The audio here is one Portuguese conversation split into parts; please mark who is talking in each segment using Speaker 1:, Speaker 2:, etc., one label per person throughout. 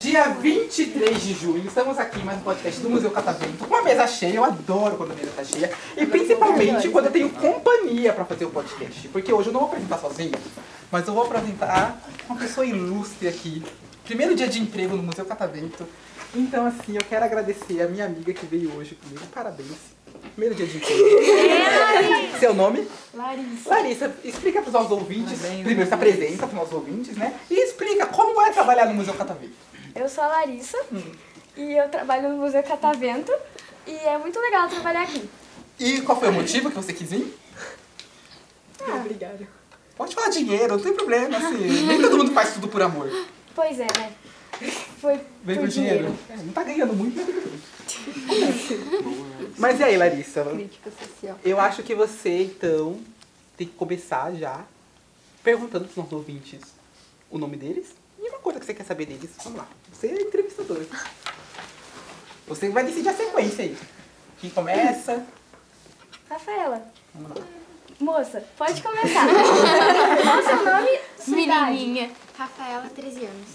Speaker 1: Dia 23 de junho, estamos aqui em mais um podcast do Museu Catavento com uma mesa cheia. Eu adoro quando a mesa tá cheia. E principalmente quando eu tenho companhia pra fazer o podcast. Porque hoje eu não vou apresentar sozinho, mas eu vou apresentar uma pessoa ilustre aqui. Primeiro dia de emprego no Museu Catavento. Então, assim, eu quero agradecer a minha amiga que veio hoje comigo. Parabéns. Primeiro dia de emprego. Seu nome?
Speaker 2: Larissa.
Speaker 1: Larissa, explica para os nossos ouvintes, primeiro se apresenta para os nossos ouvintes, né? E explica como é trabalhar no Museu Catavento.
Speaker 2: Eu sou a Larissa e eu trabalho no Museu Catavento e é muito legal trabalhar aqui.
Speaker 1: E qual foi o motivo que você quis vir?
Speaker 2: Obrigada.
Speaker 1: Pode falar dinheiro, não tem problema, assim. Nem todo mundo faz tudo por amor.
Speaker 2: Pois é, né? Foi
Speaker 1: Vem
Speaker 2: por
Speaker 1: com dinheiro. É, não tá ganhando muito, mas tá ganhando. Mas e aí, Larissa?
Speaker 2: Crítica social.
Speaker 1: Eu acho que você, então, tem que começar já perguntando pros nossos ouvintes o nome deles e uma coisa que você quer saber deles. Vamos lá. Você é entrevistador. Você vai decidir a sequência aí. Quem começa?
Speaker 2: Rafaela,
Speaker 1: Vamos lá.
Speaker 2: moça, pode começar. Qual o seu nome? Sua idade.
Speaker 3: Menininha. Rafaela, 13 anos.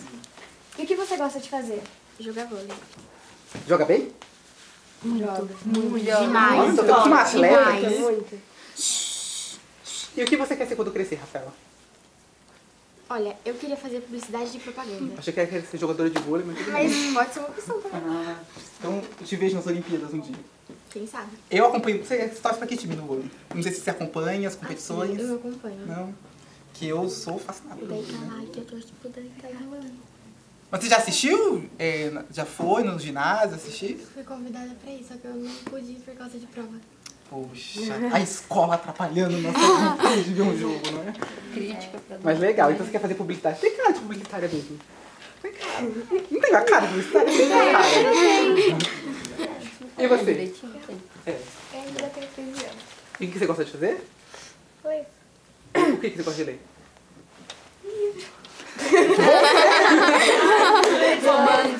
Speaker 2: E o que você gosta de fazer?
Speaker 3: Joga vôlei.
Speaker 1: Joga bem?
Speaker 3: Demais.
Speaker 1: Nossa, que né? uma atleta.
Speaker 3: Demais.
Speaker 1: E o que você quer ser quando crescer, Rafaela?
Speaker 3: Olha, eu queria fazer publicidade de propaganda.
Speaker 1: Achei que era ser jogadora de vôlei, mas tudo bem.
Speaker 3: Mas pode ser uma opção também.
Speaker 1: Ah, Então, eu te vejo nas Olimpíadas um dia.
Speaker 3: Quem sabe?
Speaker 1: Eu acompanho... Você torce pra que time no vôlei? Não sei se você acompanha as competições.
Speaker 4: Assim,
Speaker 3: Eu
Speaker 5: Assim,
Speaker 3: acompanho.
Speaker 1: Não. Que eu sou fascinado.
Speaker 3: O Daí tá lá, que eu torço
Speaker 4: tipo,
Speaker 3: pro Daí tá rolando.
Speaker 1: Mas você já assistiu? É, na- já foi no ginásio assistir?
Speaker 3: Fui convidada pra ir, só que eu não pude ir por causa de prova.
Speaker 1: Poxa, a escola atrapalhando nossa vontade de ver um jogo, não é?
Speaker 5: Crítica pra
Speaker 1: Mas legal, então você quer fazer publicidade. Tem cara de publicitária mesmo. Tem cara. Não tem a cara de publicitária? Tem a cara. E você?
Speaker 5: direitinho, tem.
Speaker 1: É.
Speaker 2: Eu ainda tenho 15 anos.
Speaker 1: E o que você gosta de fazer?
Speaker 2: Oi.
Speaker 1: O que que você gosta de ler?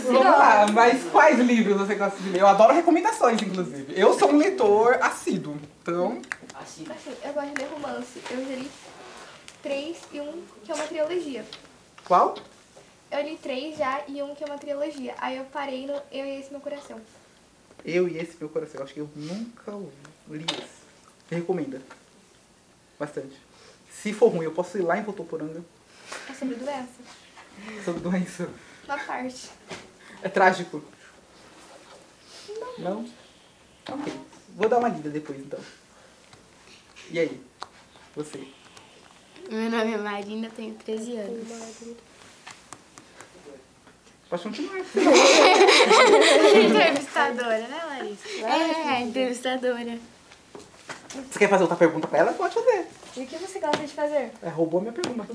Speaker 1: Vamos lá, mas quais livros você gosta de ler? Eu adoro recomendações, inclusive. Eu sou um leitor assíduo, então
Speaker 5: Assim,
Speaker 4: Assim, eu gosto de ler romance. Eu já li três e um que é uma trilogia.
Speaker 1: Qual?
Speaker 4: Eu li três já e um que é uma trilogia. Aí eu parei no Eu e Esse Meu Coração.
Speaker 1: Eu e esse meu coração. Eu Acho que eu nunca li esse. Me recomenda. Bastante. Se for ruim, eu posso ir lá em Votoporanga
Speaker 4: É sobre doença.
Speaker 1: sobre doença.
Speaker 4: Uma parte.
Speaker 1: É trágico. Não? Ok. Vou dar uma lida depois então. E aí? Você?
Speaker 3: Meu nome é Marina, eu tenho 13 anos.
Speaker 1: Pode continuar.
Speaker 3: entrevistadora, né, Larissa? É, entrevistadora.
Speaker 1: Você quer fazer outra pergunta pra ela? Pode fazer.
Speaker 2: E o que você gosta de fazer?
Speaker 1: É, roubou minha pergunta.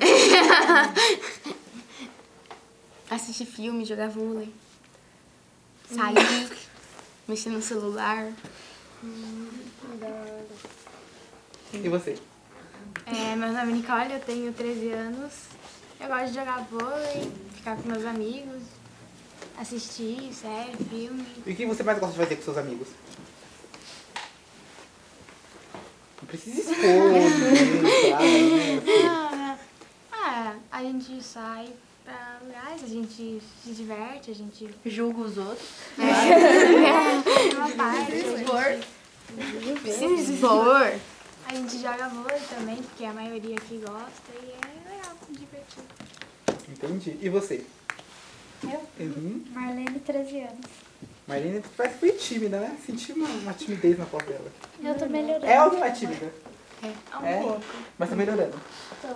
Speaker 3: Assistir filme, jogar vôlei. Hum. Sair, mexer no celular.
Speaker 1: E você?
Speaker 3: É, meu nome é Nicole, eu tenho 13 anos. Eu gosto de jogar vôlei, ficar com meus amigos, assistir série, filme.
Speaker 1: E o que você mais gosta de fazer com seus amigos? Não precisa expor, né? Claro, né?
Speaker 3: Ah, ah, a gente sai pra lugares, a gente se diverte, a gente
Speaker 5: julga os outros.
Speaker 3: É. uma parte. Se expor. A gente joga vôlei também, porque a maioria aqui gosta e é legal, divertido.
Speaker 1: Entendi. E você?
Speaker 4: Eu?
Speaker 1: Uhum.
Speaker 4: Marlene, 13 anos.
Speaker 1: Marina parece que foi tímida, né? Senti uma, uma timidez na voz dela.
Speaker 4: Eu tô melhorando.
Speaker 1: É ou não é tímida?
Speaker 3: É um
Speaker 1: É?
Speaker 3: pouco.
Speaker 1: Mas tá melhorando.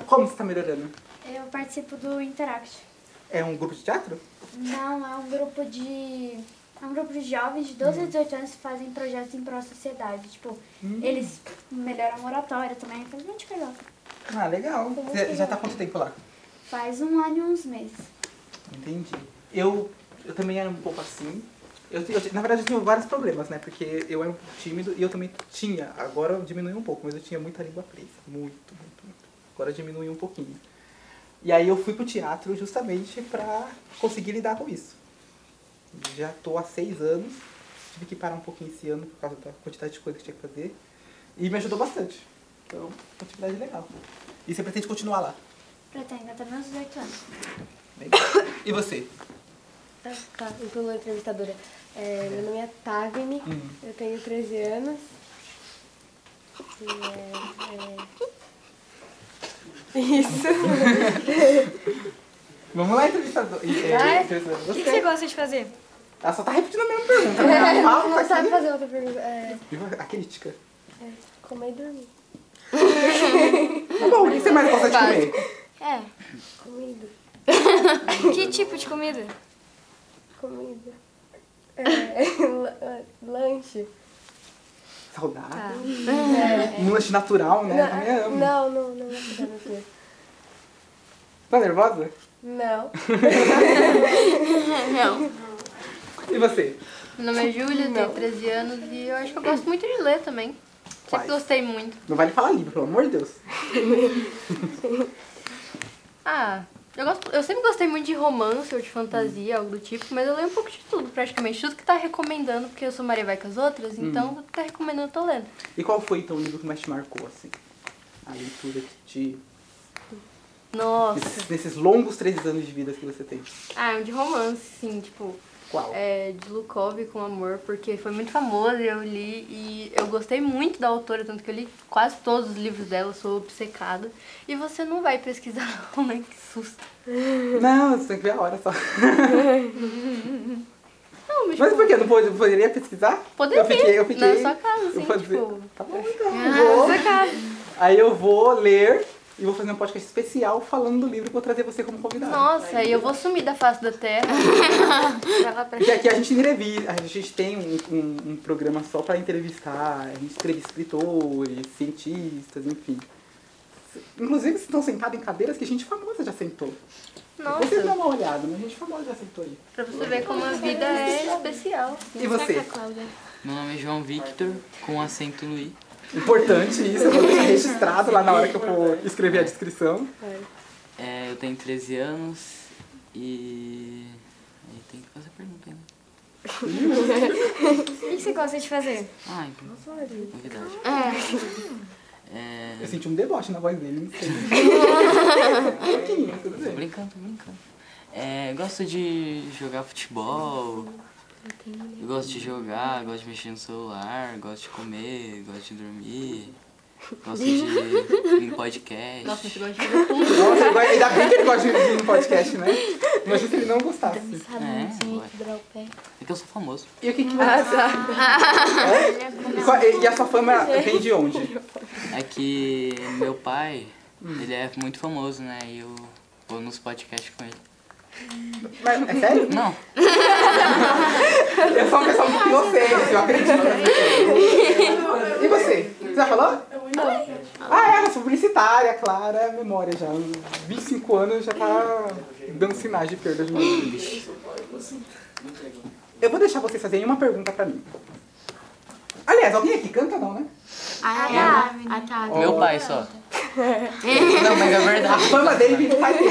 Speaker 1: Como você tá melhorando?
Speaker 4: Eu participo do Interact.
Speaker 1: É um grupo de teatro?
Speaker 4: Não, é um grupo de. É um grupo de jovens de 12 a 18 anos que fazem projetos em pró-sociedade. Tipo, eles melhoram a oratória também, fazem um monte de coisa.
Speaker 1: Ah, legal. Você
Speaker 3: é?
Speaker 1: já tá há quanto tempo lá?
Speaker 4: Faz um ano e uns meses.
Speaker 1: Entendi. Eu, eu também era um pouco assim. Eu, eu- na verdade, eu tinha vários problemas, né? Porque eu era um pouco tímido e eu também tinha. Agora eu diminui um pouco, mas eu tinha muita língua presa. Muito, muito, muito. Agora diminuiu um pouquinho. E aí eu fui pro teatro justamente pra conseguir lidar com isso. Já tô há seis anos. tive que parar um pouquinho esse ano por causa da quantidade de coisa que tinha que fazer. E me ajudou bastante. Então, uma atividade legal. E você pretende continuar lá?
Speaker 4: Pretendo até meus 18 anos.
Speaker 1: Legal. E você?
Speaker 6: Tá, tá, então eu entrevistadora. É, meu nome é Tagni,
Speaker 1: Hum.
Speaker 6: eu tenho 13 anos. E é- é, Isso.
Speaker 1: Vamos lá, entrevistador. E, é,
Speaker 6: Vai.
Speaker 1: entrevistador,
Speaker 6: O que,
Speaker 1: você.
Speaker 6: que você gosta de fazer?
Speaker 1: Ela só tá repetindo a mesma pergunta. né? Ela fala,
Speaker 6: Não
Speaker 1: faz
Speaker 6: sabe
Speaker 1: tudo.
Speaker 6: fazer outra pergunta. É,
Speaker 1: Viva a crítica.
Speaker 6: comer e dormir.
Speaker 1: Tá bom, o que você mais gosta de comer?
Speaker 2: É.
Speaker 6: Comida.
Speaker 2: Que tipo de comida?
Speaker 6: Comida. É, la- lanche.
Speaker 1: Saudável. Um lanche natural, né? Eu também
Speaker 3: Hum.
Speaker 1: amo.
Speaker 6: Não, não, não. Não.
Speaker 1: Tá nervosa?
Speaker 6: não.
Speaker 5: Não.
Speaker 1: E você?
Speaker 5: Meu nome é Júlia, eu tenho 13 anos e eu acho que eu gosto muito de ler também.
Speaker 1: Quais?
Speaker 5: Sempre gostei muito.
Speaker 1: Não vale falar livro, pelo amor de Deus.
Speaker 5: Ah, eu, gosto, eu sempre gostei muito de romance ou de fantasia, algo do tipo, mas eu leio um pouco de tudo, praticamente. Tudo que tá recomendando, porque eu sou Maria vai com as outras, então tudo que tá recomendando eu tô lendo.
Speaker 1: E qual foi, então, o livro que mais te marcou, assim? A leitura que te...
Speaker 5: Nossa.
Speaker 1: Nesses, nesses longos três anos de vida que você tem.
Speaker 5: Ah, é um de romance, sim, tipo,
Speaker 1: Qual?
Speaker 5: é, de Lukov com amor, porque foi muito famoso, eu li e eu gostei muito da autora, tanto que eu li quase todos os livros dela, sou obcecada. E você não vai pesquisar não, né? Que susto.
Speaker 1: Não, você tem que ver a hora só.
Speaker 5: Não, mas,
Speaker 1: Mas
Speaker 5: tipo,
Speaker 1: por quê? Não pode- poderia pesquisar?
Speaker 5: poderia.
Speaker 1: Eu fiquei... Eu fiquei...
Speaker 5: Na sua casa,
Speaker 1: eu
Speaker 5: sim,
Speaker 1: fazer-
Speaker 5: tipo.
Speaker 1: Tá bom, então. vou. Aí eu vou ler e vou fazer um podcast especial falando do livro e vou trazer você como convidado.
Speaker 5: Nossa, e eu vou sumir da face da terra. Tava pra-
Speaker 1: Porque aqui a gente entrevista, a gente tem um, um- um programa só pra entrevistar, a gente entrevista escritores, cientistas, enfim. Inclusive, vocês estão sentados em cadeiras que gente famosa já sentou. Vocês dão
Speaker 5: Nossa,
Speaker 1: uma olhada, mas gente famosa já sentou aí.
Speaker 5: pra você ver como a vida é especial.
Speaker 1: E você?
Speaker 7: Meu nome é João Victor, com acento Luí.
Speaker 1: Importante isso, eu vou deixar registrado lá na hora que eu for escrever a descrição.
Speaker 7: É, eu tenho 13 anos e. e tem que fazer pergunta ainda.
Speaker 2: O que você gosta de fazer?
Speaker 7: Ah, então. Novidade. É.
Speaker 5: Ah.
Speaker 1: Eu senti um deboche na voz dele, não sei. Um pouquinho, tudo
Speaker 7: Tô
Speaker 1: bem.
Speaker 7: brincando, tô brincando. É, gosto de jogar futebol. Eu gosto de jogar, gosto de mexer no celular, gosto de comer, gosto de dormir. Gosto de ouvir podcast.
Speaker 5: Nossa, você gosta de ver tudo.
Speaker 1: Nossa, agora- ainda bem que ele gosta de vir no podcast, né? Imagina se ele não gostasse.
Speaker 5: tá
Speaker 7: é, ué. é que eu sou famoso.
Speaker 1: E o que que você... É? E qual- E, e a sua fama vem de onde?
Speaker 7: É que meu pai, ele é muito famoso, né? E eu vou nos podcasts com ele.
Speaker 1: Mas, é sério?
Speaker 7: Não,
Speaker 1: Eu sou uma pessoa muito inocente, eu acredito. E você? Você já falou? Ah, é, eu sou publicitária, Clara, é memória já. 25 anos já tá dando sinais de perda de memória. Eu vou deixar vocês fazerem uma pergunta pra mim. Aliás, alguém aqui canta não, né?
Speaker 3: Ah, tá.
Speaker 7: meu pai só. Não, mas é
Speaker 1: A
Speaker 7: verdade.
Speaker 1: fama dele vem do pai dele.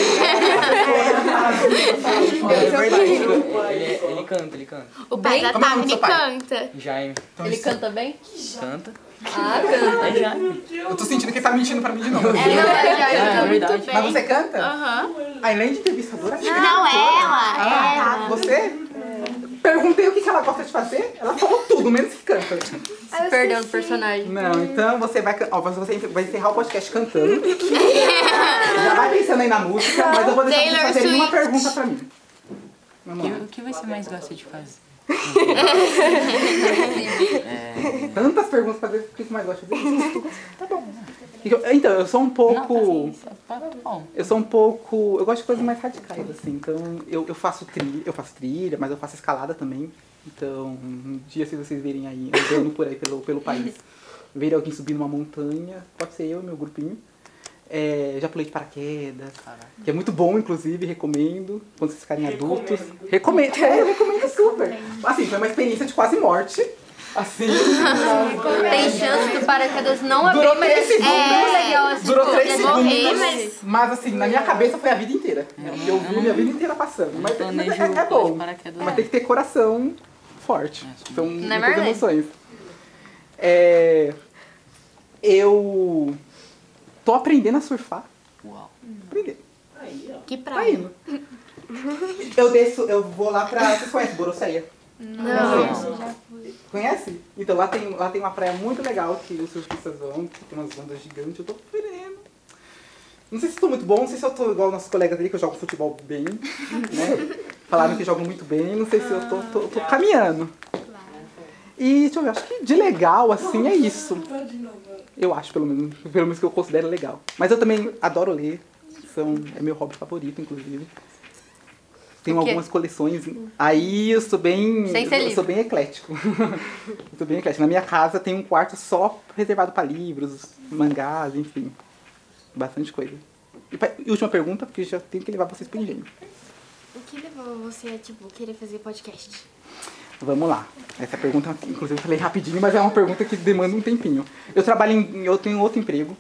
Speaker 7: É verdade. Ele, é, ele canta, ele tá canta.
Speaker 5: O pai
Speaker 1: Como é o nome do seu pai?
Speaker 7: Jaime.
Speaker 5: Ele canta bem?
Speaker 7: Canta.
Speaker 5: Ah, canta.
Speaker 7: É Jaime.
Speaker 1: Eu tô sentindo que ele tá mentindo pra mim de novo.
Speaker 7: É, é verdade.
Speaker 1: Mas você canta? Aham. Além de entrevistadora? Não, ela. Ah, tá. Você? Perguntei o que que ela gosta de fazer, ela falou tudo, menos que canta.
Speaker 6: Ah,
Speaker 5: Se perdeu no personagem.
Speaker 1: Não, então você vai, can- ó, você vai encerrar o podcast cantando. Já vai pensando aí na música, mas eu vou deixar vocês
Speaker 5: Taylor
Speaker 1: fazerem uma
Speaker 5: Swift.
Speaker 1: pergunta pra mim. Vamos lá.
Speaker 7: O que você mais gosta de fazer? É,
Speaker 1: Tantas perguntas pra ver o que você mais gosta de fazer. Tá bom. Então, eu sou um pouco...
Speaker 7: Não, tá, assim, tá, tá bom.
Speaker 1: Eu sou um pouco. Eu gosto de coisas mais radicais, assim. Então, eu, eu faço trilha, eu faço trilha, mas eu faço escalada também. Então, um dia se vocês verem aí, andando por aí pelo, pelo país, verem alguém subindo uma montanha, pode ser eu e meu grupinho. É, já pulei de paraquedas, que é muito bom, inclusive, recomendo, quando vocês ficarem adultos. Recomendo, é, eu recomendo super. Assim, foi uma experiência de quase morte. Assim,
Speaker 5: Tem chance do paraquedas não abrir,
Speaker 1: Durou
Speaker 5: mas
Speaker 1: três
Speaker 5: é muito legal é essa
Speaker 1: durou três
Speaker 5: história.
Speaker 1: segundos.
Speaker 5: Morrer,
Speaker 1: mas... assim, na minha cabeça foi a vida inteira. Eu vi minha vida inteira passando. Mas, mas
Speaker 7: Planejo
Speaker 1: é, é
Speaker 7: o
Speaker 1: bom.
Speaker 7: de um paraquedas.
Speaker 1: Mas tem que ter coração forte.
Speaker 7: É,
Speaker 1: São
Speaker 5: Não é
Speaker 1: muitas
Speaker 5: verdade?
Speaker 1: emoções. É, eu tô aprendendo a surfar.
Speaker 7: Uau.
Speaker 1: Aprendendo.
Speaker 8: Que
Speaker 1: Tá
Speaker 8: praia.
Speaker 1: indo. Eu desço, eu vou lá pra. Vocês conhecem Borosseia?
Speaker 7: Não.
Speaker 1: Conhece? Então lá tem, lá tem uma praia muito legal que os surfistas vão, que tem umas ondas gigantes, eu tô querendo. Não sei se eu tô muito bom, não sei se eu tô igual nossos colegas ali, que eu jogo futebol bem, né? Falaram que jogam muito bem, não sei se eu
Speaker 5: Ah,
Speaker 1: tô, tô, tô caminhando. E deixa eu ver, acho que de legal, assim, é isso. Eu acho, pelo menos, pelo menos que eu considero legal. Mas eu também adoro ler, são, é meu hobby favorito, inclusive. Tenho
Speaker 5: O quê?
Speaker 1: algumas coleções. Aí eu sou bem.
Speaker 5: Sem ser
Speaker 1: eu sou bem eclético. Eu sou bem eclético. Na minha casa tem um quarto só reservado para livros, mangás, enfim. Bastante coisa. E, pa- e última pergunta, porque eu já tenho que levar vocês pro engenho.
Speaker 8: O que levou você a, tipo, querer fazer podcast?
Speaker 1: Vamos lá. Essa pergunta, inclusive, eu falei rapidinho, mas é uma pergunta que demanda um tempinho. Eu trabalho em. Eu tenho outro emprego.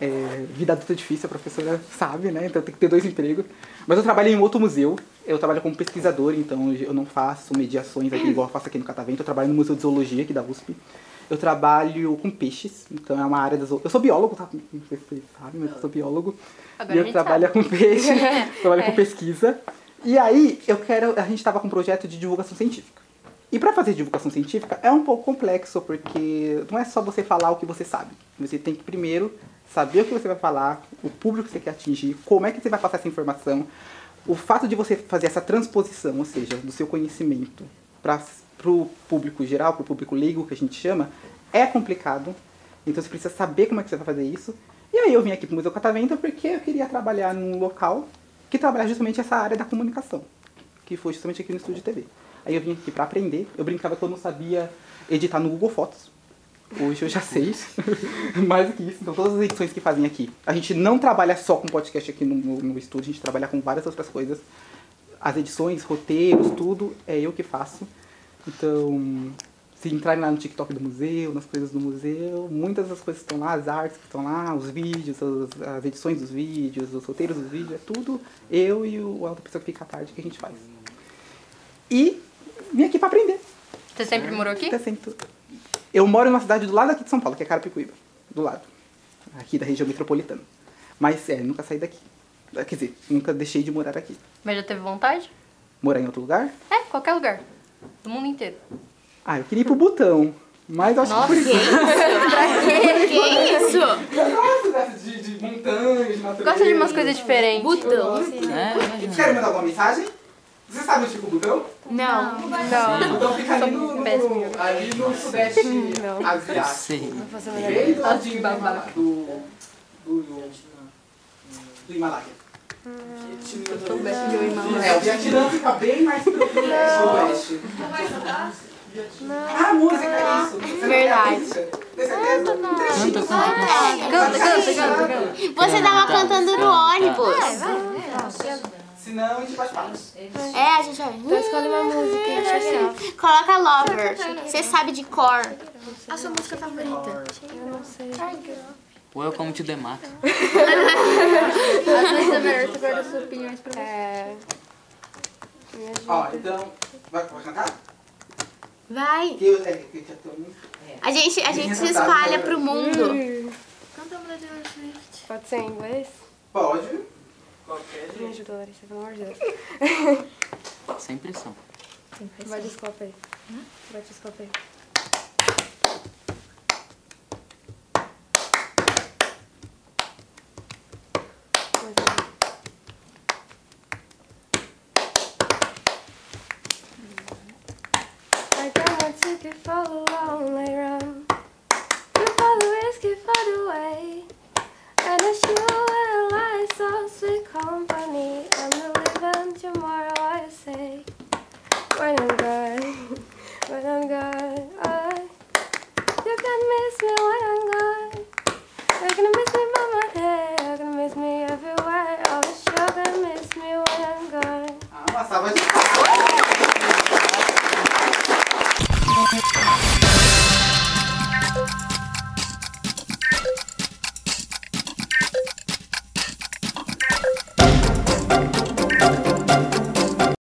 Speaker 1: É, vida adulta é difícil, a professora sabe, né? Então tem que ter dois empregos. Mas eu trabalho em outro museu. Eu trabalho como pesquisador, então eu não faço mediações aqui igual eu faço aqui no Catavento. Eu trabalho no Museu de Zoologia aqui da USP. Eu trabalho com peixes, então é uma área da zoologia. Eu sou biólogo, tá? Não sei se vocês sabem, mas eu sou biólogo.
Speaker 5: Agora
Speaker 1: e
Speaker 5: a
Speaker 1: eu
Speaker 5: gente É.
Speaker 1: trabalho com peixe, trabalho com pesquisa. E aí, eu quero. A gente tava com um projeto de divulgação científica. E pra fazer divulgação científica é um pouco complexo, porque não é só você falar o que você sabe. Você tem que primeiro saber o que você vai falar, o público que você quer atingir, como é que você vai passar essa informação. O fato de você fazer essa transposição, ou seja, do seu conhecimento para o público geral, para o público leigo, que a gente chama, é complicado. Então você precisa saber como é que você vai fazer isso. E aí eu vim aqui pro Museu Catavento porque eu queria trabalhar num local que trabalha justamente essa área da comunicação que foi justamente aqui no estúdio TV. Aí eu vim aqui pra aprender. Eu brincava que eu não sabia editar no Google Fotos. Hoje eu já sei. Mais do que isso. Então todas as edições que fazem aqui. A gente não trabalha só com podcast aqui no, no, no estúdio, a gente trabalha com várias outras coisas. As edições, roteiros, tudo, é eu que faço. Então, se entrarem lá no TikTok do museu, nas coisas do museu, muitas das coisas que estão lá, as artes que estão lá, os vídeos, as, as edições dos vídeos, os roteiros dos vídeos, é tudo eu e o a outra pessoa que fica à tarde que a gente faz. E vim aqui pra aprender.
Speaker 5: Você sempre morou aqui?
Speaker 1: Tá sendo- Eu moro numa cidade do lado aqui de São Paulo, que é Carapicuíba. Do lado. Aqui da região metropolitana. Mas é, nunca saí daqui. Quer dizer, nunca deixei de morar aqui.
Speaker 5: Mas já teve vontade?
Speaker 1: Morar em outro lugar?
Speaker 5: É, qualquer lugar. Do mundo inteiro.
Speaker 1: Ah, eu queria ir pro Butão. Mas acho que por isso. de, montanha, de natureza.
Speaker 5: Gosta de umas coisas diferentes.
Speaker 7: É,
Speaker 1: Vocês querem mandar alguma mensagem? Vocês sabem onde fica o Butão?
Speaker 8: Não.
Speaker 1: O Butão fica ali no, no- ali no sudeste
Speaker 7: eu
Speaker 1: asiático.
Speaker 7: sei.
Speaker 5: é
Speaker 1: Bem do ladinho do Himalaia. Do, do, do Himalaia. É, o Vietnã fica bem mais pro pro oeste. Ah, música, é isso. Você não quer a música? Tem
Speaker 5: Ah,
Speaker 1: certeza? Um trechinho só.
Speaker 5: Canta, canta, canta, canta.
Speaker 8: Você tava cantando no ônibus.
Speaker 1: Senão a gente vai falar.
Speaker 8: É, a gente vai. Então escolhe uma música. Coloca Lover. Você sabe de cor.
Speaker 3: A sua música favorita?
Speaker 7: Welcome to the mato.
Speaker 5: Às vezes é melhor você guardar suas opiniões pra você.
Speaker 1: Ó, então. Vai, vai cantar?
Speaker 8: Vai.
Speaker 1: Que eu, é, que eu já tô muito-
Speaker 8: A gente, a gente se espalha pro mundo.
Speaker 6: Pode ser em inglês?
Speaker 1: Pode.
Speaker 6: Me ajuda, Larissa, pelo amor de Deus.
Speaker 7: Sem pressão.
Speaker 6: Bate os copos aí. Bate os copos aí.